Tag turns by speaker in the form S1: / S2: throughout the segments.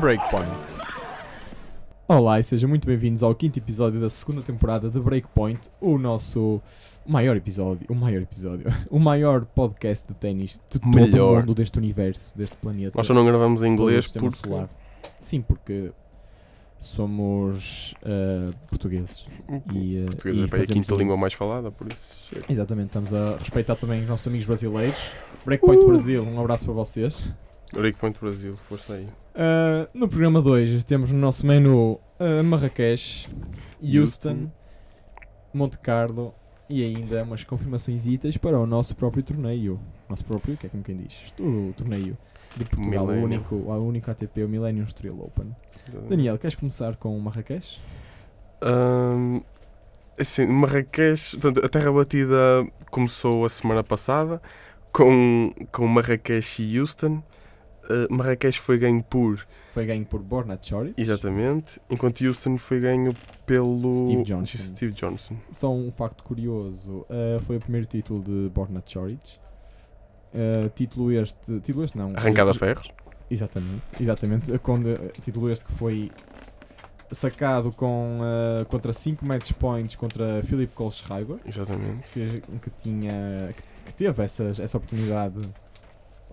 S1: Breakpoint.
S2: Olá e sejam muito bem-vindos ao quinto episódio da segunda temporada de Breakpoint, o nosso maior episódio, o maior episódio, o maior podcast de ténis de todo o
S3: Melhor.
S2: mundo, deste universo, deste planeta.
S3: Nós só não gravamos em
S2: todo o
S3: inglês
S2: sistema
S3: porque.
S2: solar. Sim, porque somos ah, portugueses. E, ah,
S3: Português
S2: e
S3: é pá, é a
S2: fazemos
S3: quinta
S2: um-
S3: língua mais falada, por isso. chega.
S2: Exatamente, estamos a respeitar também os nossos amigos brasileiros.
S3: Uh!
S2: Breakpoint Brasil, um abraço para vocês.
S3: Breakpoint Brasil, força aí.
S2: Uh, no programa 2 temos no nosso menu uh, Marrakech, Houston,
S3: Houston.
S2: Monte Carlo e ainda umas confirmações para o nosso próprio torneio. Nosso próprio, que é como quem diz? O torneio de Portugal, o
S3: Millennium. Uhum.
S2: único, o único ATP, o Millennium Steel Open. Daniel, queres começar com Marrakech?
S3: Ahm, assim, Marrakech, portanto, a Terra Batida começou a semana passada com, com Marrakech e Houston. Ah, Marrakech foi ganho por,
S2: Foi ganho por Borna Choric.
S3: exatamente, enquanto Houston foi ganho pelo
S2: Steve Johnson.
S3: Steve Johnson.
S2: Só um facto curioso, uh, foi o primeiro título de Borna Choric. Uh, título este, título este não.
S3: Arrancada a
S2: foi-
S3: ferros.
S2: Exatamente, exatamente. Quando, eh, título este que foi sacado com, eh, contra 5 match points contra Philip Kohlschreiber,
S3: Exatamente.
S2: que, que, tinha, que, que teve essas, essa oportunidade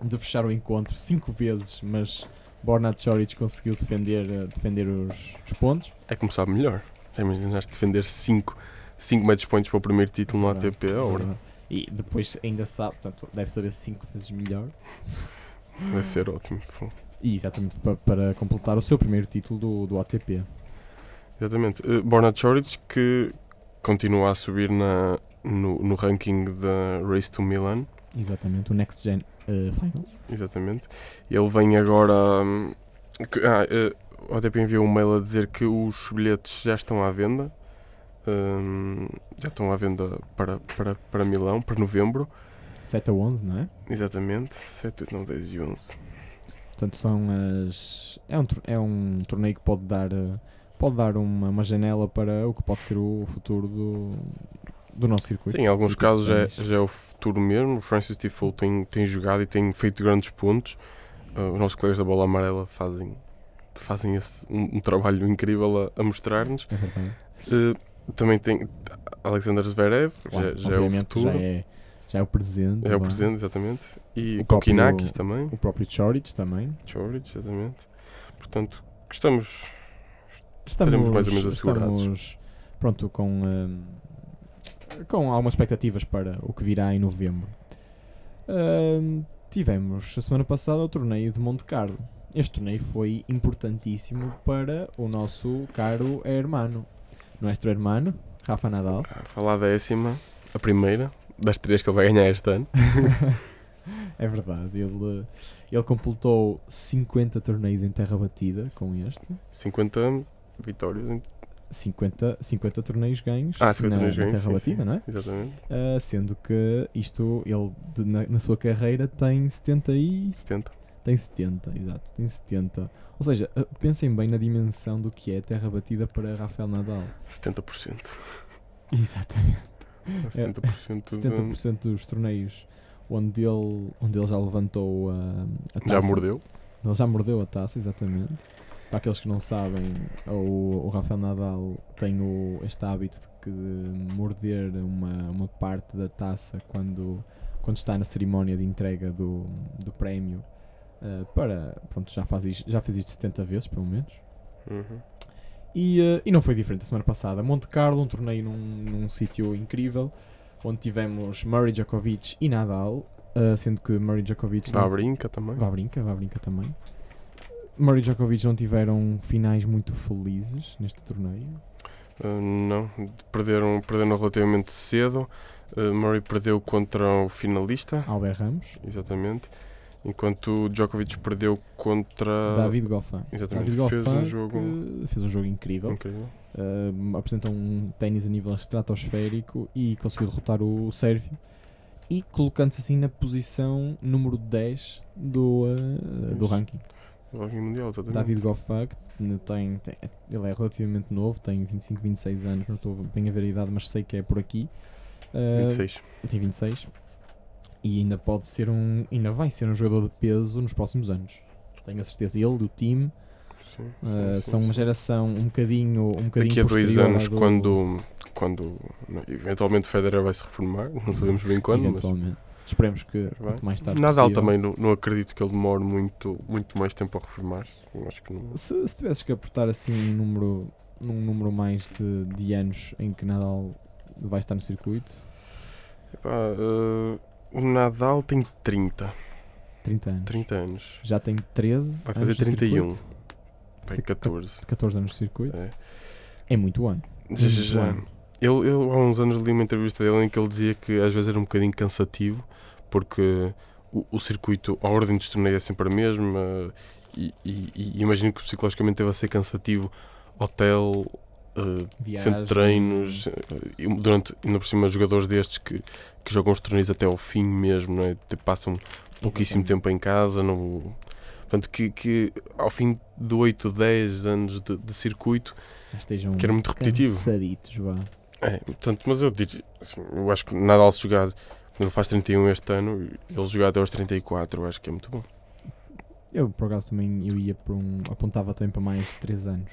S2: de fechar o encontro 5 vezes, mas Bornat Choric conseguiu defender, eh, defender os, os pontos.
S3: É começar melhor. Já imaginaste defender 5 cinco, match points para o primeiro título no
S2: Verdade,
S3: ATP? Ora,
S2: E depois ainda sabe, portanto, deve saber 5 vezes melhor.
S3: deve ser ótimo. Fogo.
S2: E exatamente pa- para, completar o seu primeiro título do, do ATP.
S3: Exatamente. Eh, Borna Choric que continua a subir na, no, no ranking da Race to Milan.
S2: Exatamente, o Next Gen eh, Finals.
S3: Exatamente. Ele vem agora. hum, que- ah, eh, o ATP enviou um mail a dizer que os bilhetes já estão à venda. Hum, já estão à venda para, para, para Milão, para novembro.
S2: 7 a 11, não é?
S3: Exatamente. 7, 8, 9, 10 e 11.
S2: Portanto, são as. É um, tor- é um torneio que pode dar, eh, pode dar uma, uma janela para o que pode ser o futuro do, do nosso circuito.
S3: Sim, em alguns
S2: Circuito de
S3: casos é,
S2: ténis.
S3: já é o futuro mesmo. O Francis Tifoe tem, tem jogado e tem feito grandes pontos. Ah, os nossos colegas da bola amarela fazem, fazem esse- um, um trabalho incrível a, a mostrar-nos.
S2: É verdade.
S3: Ah, também tem Alexander Zverev, já,
S2: Claro,
S3: já é o
S2: obviamente,
S3: futuro.
S2: Já é, já é o presente.
S3: Já é o
S2: vá.
S3: presente, exatamente. E
S2: O próprio-
S3: Kokinakis também.
S2: O próprio Chorich também.
S3: Chorich, exatamente. Portanto, gostamos.
S2: Estamos,
S3: mais ou menos assegurados.
S2: Estamos, pronto, com, eh, com algumas expectativas para o que virá em novembro. Ahm, tivemos a semana passada o torneio de Monte Carlo. Este torneio foi importantíssimo para o nosso caro hermano. Nuestro hermano, Rafa Nadal.
S3: a Falar da décima, a primeira, das três que ele vai ganhar este ano.
S2: é verdade, ele, ele completou 50 torneios em terra batida com este.
S3: 50 vitórias,
S2: 50, 50 torneios ganhos,
S3: Ah, 50
S2: na,
S3: torneios
S2: na
S3: ganhos,
S2: terra
S3: sim, sim.
S2: batida, não é?
S3: exatamente.
S2: Uh, sendo que isto, ele de- na, na sua carreira tem 70 e.
S3: 70.
S2: Tem 70, exato, tem 70. Ou seja, uh, pensem bem na dimensão do que é terra batida para Rafael Nadal.
S3: 70%.
S2: Exatamente.
S3: É 70%, de-
S2: 70% dos torneios onde ele, onde ele já levantou a, a taça.
S3: já mordeu.
S2: Ele já mordeu a taça, exatamente. Para aqueles que não sabem, o, o Rafael Nadal tem o- este hábito de, que- de morder uma, uma parte da taça quando, quando está na cerimónia de entrega do, do prémio. eh, para, pronto, já faz, is- já fez isto 70 vezes, pelo menos.
S3: Uhum.
S2: E, eh, e não foi diferente a semana passada. Monte Carlo, um torneio num, num sítio incrível, onde tivemos Murray Djokovic e Nadal, eh, sendo que Murray Djokovic
S3: Vá
S2: não-
S3: à brinca também.
S2: Vá brinca, vá brinca também. Murray e Djokovic não tiveram finais muito felizes neste torneio.
S3: Ah, não, perderam, perderam relativamente cedo. Ah, Murray perdeu contra o finalista,
S2: Albert Ramos,
S3: exatamente. Enquanto Djokovic perdeu contra.
S2: David Goffin.
S3: Ah, Exatamente,
S2: David Goffin
S3: fez um jogo
S2: que fez um jogo incrível.
S3: incrível.
S2: Uh, apresenta um ténis a nível estratosférico e conseguiu derrotar o Sérvio. E colocando-se assim na posição número 10 do, uh, do
S3: Isso.
S2: ranking.
S3: O ranking mundial, exatamente.
S2: David Goffin, que tem- tem, tem- ele é relativamente novo, tem 25, 26 anos, não estou bem a ver a idade, mas sei que é por aqui. Uh,
S3: 26.
S2: Tem 26. E ainda pode ser um. Ainda vai ser um jogador de peso nos próximos anos. Tenho a certeza. Ele, do time,
S3: Sim,
S2: uh,
S3: sim,
S2: são
S3: sim,
S2: uma
S3: sim.
S2: geração um bocadinho. Um bocadinho
S3: Daqui a dois
S2: posterior à
S3: anos,
S2: do-
S3: quando, quando não, eventualmente Federer vai se reformar, não sabemos bem quando, mas
S2: eventualmente. Esperemos que
S3: Mas
S2: quanto
S3: bem.
S2: mais tarde.
S3: Nadal
S2: possível.
S3: também não, não acredito que ele demore muito, muito mais tempo a reformar-se. Eu Acho que não.
S2: Se, se tivesses que apostar assim um número, num número mais de, de anos em que Nadal vai estar no circuito,
S3: Epá, eh, o Nadal tem 30,
S2: 30 anos.
S3: 30 anos.
S2: Já tem 13.
S3: Vai fazer
S2: anos no
S3: 31.
S2: circuito.
S3: Pai,
S2: Sim,
S3: 14.
S2: 14 anos de circuito.
S3: É.
S2: É muito ano.
S3: Já,
S2: Muito
S3: já.
S2: ano.
S3: Eu, eu há uns anos li uma entrevista dele em que ele dizia que às vezes era um bocadinho cansativo porque o, o circuito, a ordem dos torneios é sempre a mesma e, e- e imagino que psicologicamente deva ser cansativo hotel, eh,
S2: Viagem.
S3: Sendo treinos, eh, e durante, ainda por cima, jogadores destes que, que jogam os torneios até ao fim mesmo, não é? Te- passam pouquíssimo
S2: Exatamente.
S3: tempo em casa. No, portanto, que, que ao fim de 8, 10 anos de, de circuito,
S2: Já estejam
S3: que era muito repetitivo.
S2: cansaditos, vá.
S3: É, portanto, mas eu digo, assim, eu acho que Nadal se jogar, quando ele faz 31 este ano, ele jogar até aos 34, eu acho que é muito bom.
S2: Eu, por acaso, também eu ia para um. apontava também para mais 3 anos.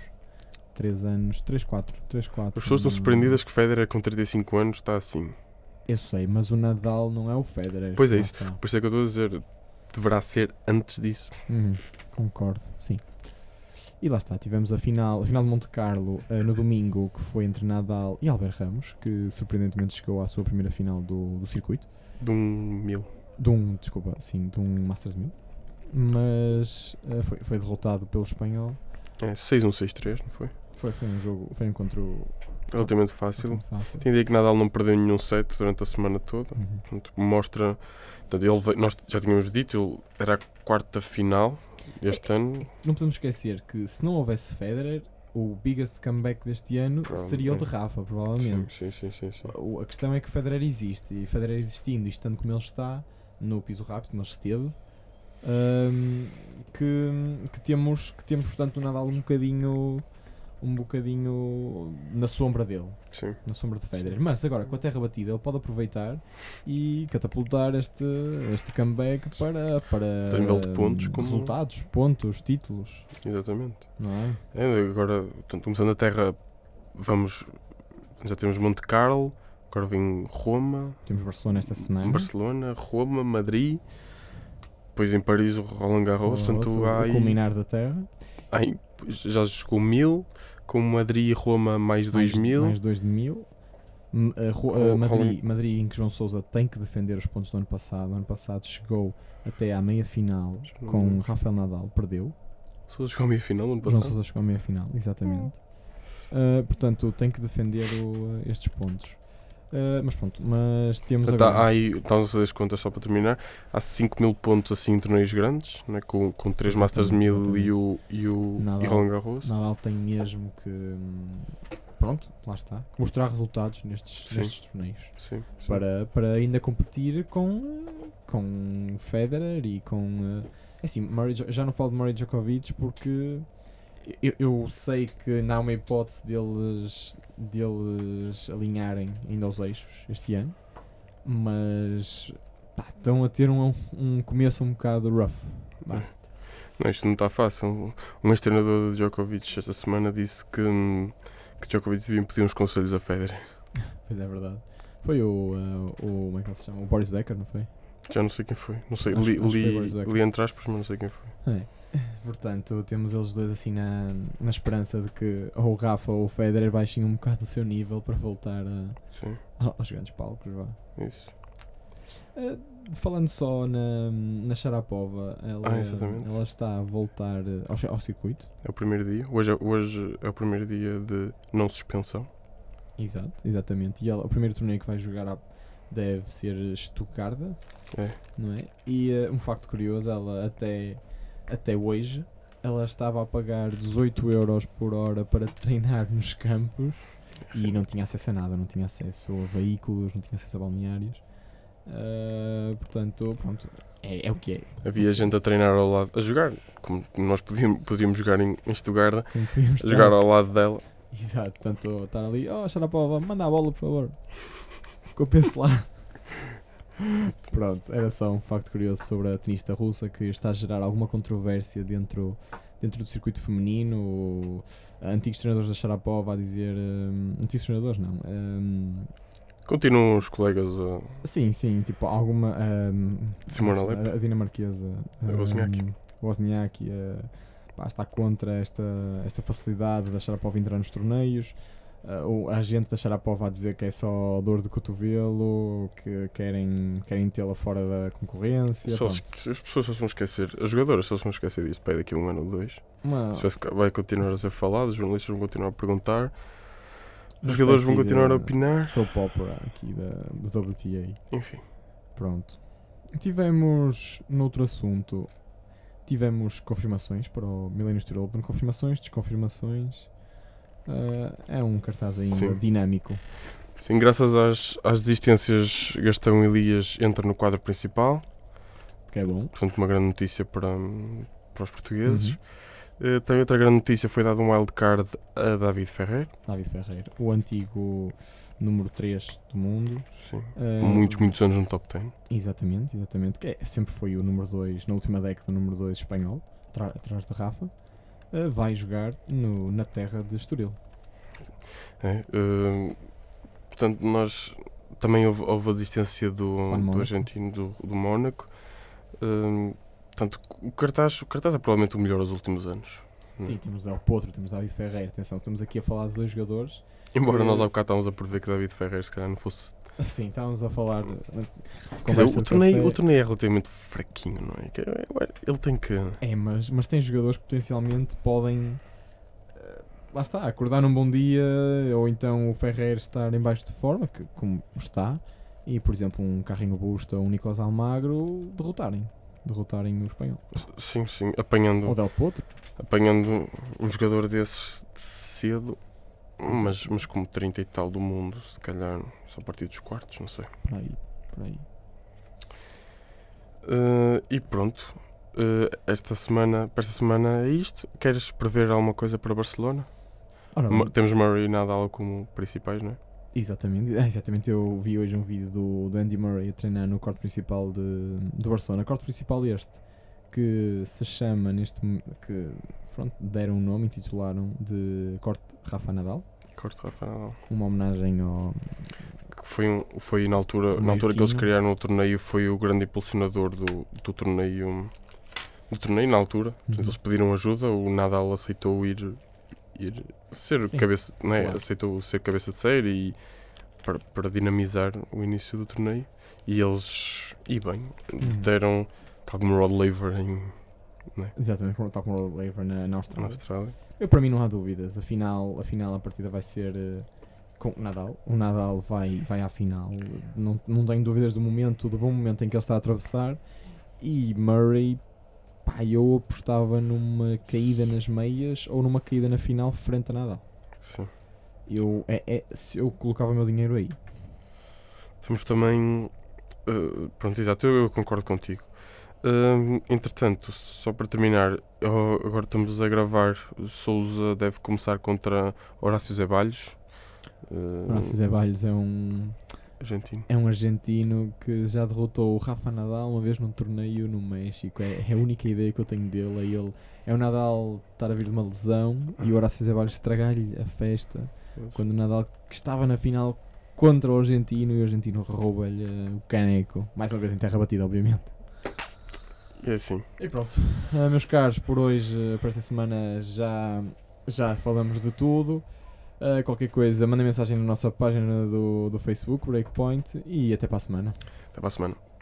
S2: 3 anos, 3, 4. 3, 4.
S3: As pessoas estão surpreendidas que Federer com 35 anos está assim.
S2: Eu sei, mas o Nadal não é o Federer.
S3: Pois é
S2: Lá
S3: isso.
S2: está.
S3: Por isso é que eu estou a dizer, deverá ser antes disso.
S2: Uhum, concordo, sim. E lá está, tivemos a final, a final de Monte Carlo eh, no domingo, que foi entre Nadal e Albert Ramos, que surpreendentemente chegou à sua primeira final do, do circuito.
S3: De um mil.
S2: De um, desculpa, sim, de um Masters 1000. Mas eh, foi, foi derrotado pelo espanhol.
S3: É, 6-1-6-3, não foi?
S2: Foi, foi um jogo, foi um encontro
S3: Relativamente fácil.
S2: bastante fácil.
S3: Tem dia que Nadal não perdeu nenhum set durante a semana toda.
S2: Uhum.
S3: Portanto, mostra. Portanto, ele veio- nós já tínhamos dito, ele era a quarta final este ano.
S2: Não podemos esquecer que se não houvesse Federer, o biggest comeback deste ano
S3: Provavelmente.
S2: seria o de Rafa,
S3: Sim,
S2: provavelmente.
S3: sim, sim, sim. sim.
S2: O- A questão é que Federer existe, e Federer existindo e estando como ele está, no piso rápido, como ele esteve, hum, que, que temos, que temos, portanto, o Nadal um bocadinho, um bocadinho na sombra dele,
S3: sim.
S2: na sombra de Federer. Mas agora, com a terra batida, ele pode aproveitar e catapultar este, este comeback para, para
S3: Tanto a nível de pontos
S2: hum,
S3: como-
S2: resultados, pontos, títulos.
S3: Exatamente.
S2: Não é?
S3: É, agora, portanto, começando a terra, vamos. Já temos Monte Carlo, agora vem Roma,
S2: Temos Barcelona esta
S3: é?
S2: semana.
S3: Barcelona, Roma, Madrid. Depois em Paris o Roland Garros,
S2: Barcelona,
S3: portanto
S2: o
S3: há aí
S2: culminar da Terra.
S3: Ai, já jogou 1000, com Madrid e Roma mais 2000.
S2: Mais 2 de mil. M- a Ro- a
S3: Roland-
S2: Madrid, Madrid, em que João Souza tem que defender os pontos do ano passado. O ano passado chegou até à meia final com Rafael Nadal, perdeu.
S3: Sousa chegou à meia final no ano
S2: João
S3: passado.
S2: Souza chegou à meia final, exatamente. Ah, portanto, tem que defender o- estes pontos. Ah, mas pronto, mas temos
S3: Portanto, há
S2: agora.
S3: aí, estamos a fazer as contas só para terminar. Há 5 mil pontos assim em torneios grandes, né? com, com 3
S2: Exatamente,
S3: Masters 1000 e o, e o
S2: Nadal.
S3: e Roland Garros.
S2: Nadal tem mesmo que. hum, Pronto, lá está. que Mostrar resultados nestes,
S3: Sim.
S2: nestes torneios.
S3: Sim, sim.
S2: para, para ainda competir com, com Federer e com. eh, é assim, Murray Jo- já não falo de Murray Djokovic porque eu, eu sei que ainda há uma hipótese deles, deles alinharem ainda aos eixos este ano, mas pá, estão a ter um, um começo um bocado rough. Vá.
S3: Não, isto não está fácil. Um ex-treinador de Djokovic esta semana disse que, hum, que Djokovic devia pedir uns conselhos a Federer.
S2: Pois é, verdade. Foi o, eh, o. Como é que ele se chama? O Boris Becker, não foi?
S3: Já não sei quem foi. Não sei,
S2: Acho-
S3: li,
S2: acho que foi
S3: li-
S2: Boris Becker.
S3: li entre aspas, mas não sei quem foi.
S2: Portanto, temos eles dois assim na, na esperança de que ou o Rafa ou o Federer baixem um bocado o seu nível para voltar a-
S3: Sim,
S2: a- aos grandes palcos. Vá.
S3: isso.
S2: Eh, falando só na, na Sharapova, ela,
S3: Ah, exatamente.
S2: ela está a voltar eh, ao, ao circuito.
S3: É o primeiro dia. Hoje, é- hoje é o primeiro dia de não suspensão.
S2: Exato, exatamente. E ela, o primeiro torneio que vai jogar à- deve ser Estugarda,
S3: É.
S2: não é? E eh, um facto curioso, ela até, até hoje ela estava a pagar 18 euros por hora para treinar nos campos e não tinha acesso a nada, não tinha acesso a veículos, não tinha acesso a balneários. Ah, portanto, pronto, é, é o que é.
S3: Havia gente a treinar ao lado, a jogar, como nós podíamos, podíamos jogar em, em Stuttgart,
S2: Como podíamos
S3: a
S2: estar-
S3: jogar ao lado dela.
S2: Exato, portanto, estar ali, oh Xarapova, manda a bola, por favor. Ficou penso lá. Pronto, era só um facto curioso sobre a tenista russa que está a gerar alguma controvérsia dentro, dentro do circuito feminino. Antigos treinadores da Sharapova a dizer. hum, antigos treinadores, não. hum,
S3: Continuam os colegas a.
S2: sim, sim, tipo, alguma. hum,
S3: Simona
S2: a-
S3: Halep.
S2: A dinamarquesa.
S3: A
S2: hum,
S3: é Wozniacki.
S2: Wozniacki, eh, pá, está contra esta, esta facilidade da Sharapova entrar nos torneios. Eh, o- a gente da Sharapova a dizer que é só dor de cotovelo, que querem, querem tê-la fora da concorrência.
S3: Só
S2: pronto.
S3: se- as pessoas só se vão esquecer, as jogadoras só se vão esquecer disso para aí daqui a um ano ou dois.
S2: Uma-
S3: Isso vai, ficar- vai continuar a ser falado, os jornalistas vão continuar a perguntar,
S2: uma
S3: os jogadores
S2: espécie
S3: vão continuar a
S2: de
S3: opinar,
S2: Soap opera aqui da, do WTA.
S3: enfim.
S2: Pronto. Tivemos, noutro assunto, tivemos confirmações para o Millennium Tour Open. Confirmações, desconfirmações. Ah, é um cartaz ainda
S3: Sim.
S2: dinâmico.
S3: Sim, graças às, às desistências, Gastão Elias entra no quadro principal,
S2: Que é bom.
S3: portanto, uma grande notícia para, hum, para os portugueses.
S2: Uhum.
S3: Eh, também outra grande notícia foi dado um wildcard a David Ferreira.
S2: David Ferreira, o antigo número 3 do mundo.
S3: Sim.
S2: Ah,
S3: Muitos, muitos anos no top 10.
S2: Exatamente, exatamente. Que é- sempre foi o número 2, na última década, o número 2 espanhol, tra- atrás da Rafa. Ah, vai jogar no- na terra de Estoril.
S3: É, eh, portanto, nós também houve, houve a desistência do,
S2: Juan
S3: do
S2: Mónaco.
S3: argentino do, do Mónaco. Eh, portanto, o cartaz, o cartaz é provavelmente o melhor dos últimos anos.
S2: Sim, temos Del Potro, temos David Ferreira. Atenção, estamos aqui a falar de dois jogadores
S3: Embora
S2: Eh,
S3: nós há bocado estávamos a prever que David Ferreira se calhar não fosse.
S2: Sim, estávamos a falar. uh,
S3: Quer dizer,
S2: conversa
S3: o
S2: de
S3: torneio,
S2: café.
S3: o torneio é relativamente fraquinho, não é? Que- é, ué, Ele tem que.
S2: É, mas, mas tem jogadores que potencialmente podem. eh, Lá está, acordar num bom dia ou então o Ferreira estar em baixo de forma, que, como está, e por exemplo um Carrinho Busta ou um Nicolas Almagro derrotarem. Derrotarem o espanhol.
S3: Sim, sim, apanhando.
S2: Ou Del Potro.
S3: apanhando um jogador desses de cedo, mas, mas como 30 e tal do mundo, se calhar só a partir dos quartos, não sei.
S2: Por aí, por aí.
S3: Eh, e pronto, Eh, esta semana, para esta semana é isto. Queres prever alguma coisa para Barcelona?
S2: Ora, bem,
S3: Ma- Temos Murray e Nadal como principais, não é?
S2: Exatamente, ah, exatamente. Eu vi hoje um vídeo do, do Andy Murray a treinar no corte principal de, do Barcelona. Corte principal este, que se chama neste mo- que pronto, deram um nome, intitularam de Corte Rafa Nadal,
S3: Corto Rafa Nadal.
S2: uma homenagem ao.
S3: Que foi, um- foi na altura,
S2: O
S3: na altura que eles
S2: Marquinhos.
S3: criaram o torneio, foi o grande impulsionador do, do torneio. Do torneio na altura, Portanto,
S2: Uhum.
S3: eles pediram ajuda, o Nadal aceitou ir, ir ser
S2: Sim,
S3: cabeça, né?
S2: claro.
S3: aceitou ser cabeça de série e para, para dinamizar o início do torneio. E eles, e bem,
S2: Uhum.
S3: deram tal como Rod Laver em,
S2: Exatamente, como- tal como o Lever na, na
S3: na
S2: Austrália.
S3: Austrália.
S2: Eu, para mim não há dúvidas. Afinal, afinal a partida vai ser eh, com o Nadal. O Nadal vai, vai à final. Não, não tenho dúvidas do momento, do bom momento em que ele está a atravessar. E Murray, pá, eu apostava numa caída nas meias ou numa caída na final frente a Nadal.
S3: Sim.
S2: Eu, é, é- se eu colocava o meu dinheiro aí.
S3: Temos também. eh, pronto, exato, eu, eu concordo contigo. Hum, entretanto, só para terminar, eu- agora estamos a gravar. Souza deve começar contra Horácio Zebalhos. eh,
S2: O Horácio Zé Balhos é um,
S3: Argentino.
S2: é um argentino que já derrotou o Rafa Nadal uma vez num torneio no México. É, é a única ideia que eu tenho dele. É, ele, é o Nadal estar a vir de uma lesão e o Horácio Zeballos estragar-lhe a festa quando o Nadal que estava na final contra o argentino e o argentino rouba-lhe eh, o caneco. Mais uma vez em terra batida, obviamente.
S3: É assim.
S2: E pronto. Ah, meus caros, por hoje, ah, para esta semana, já, já falamos de tudo. Ah, qualquer coisa, manda mensagem na nossa página do, do Facebook, Breakpoint, e até para a semana.
S3: Até para a semana.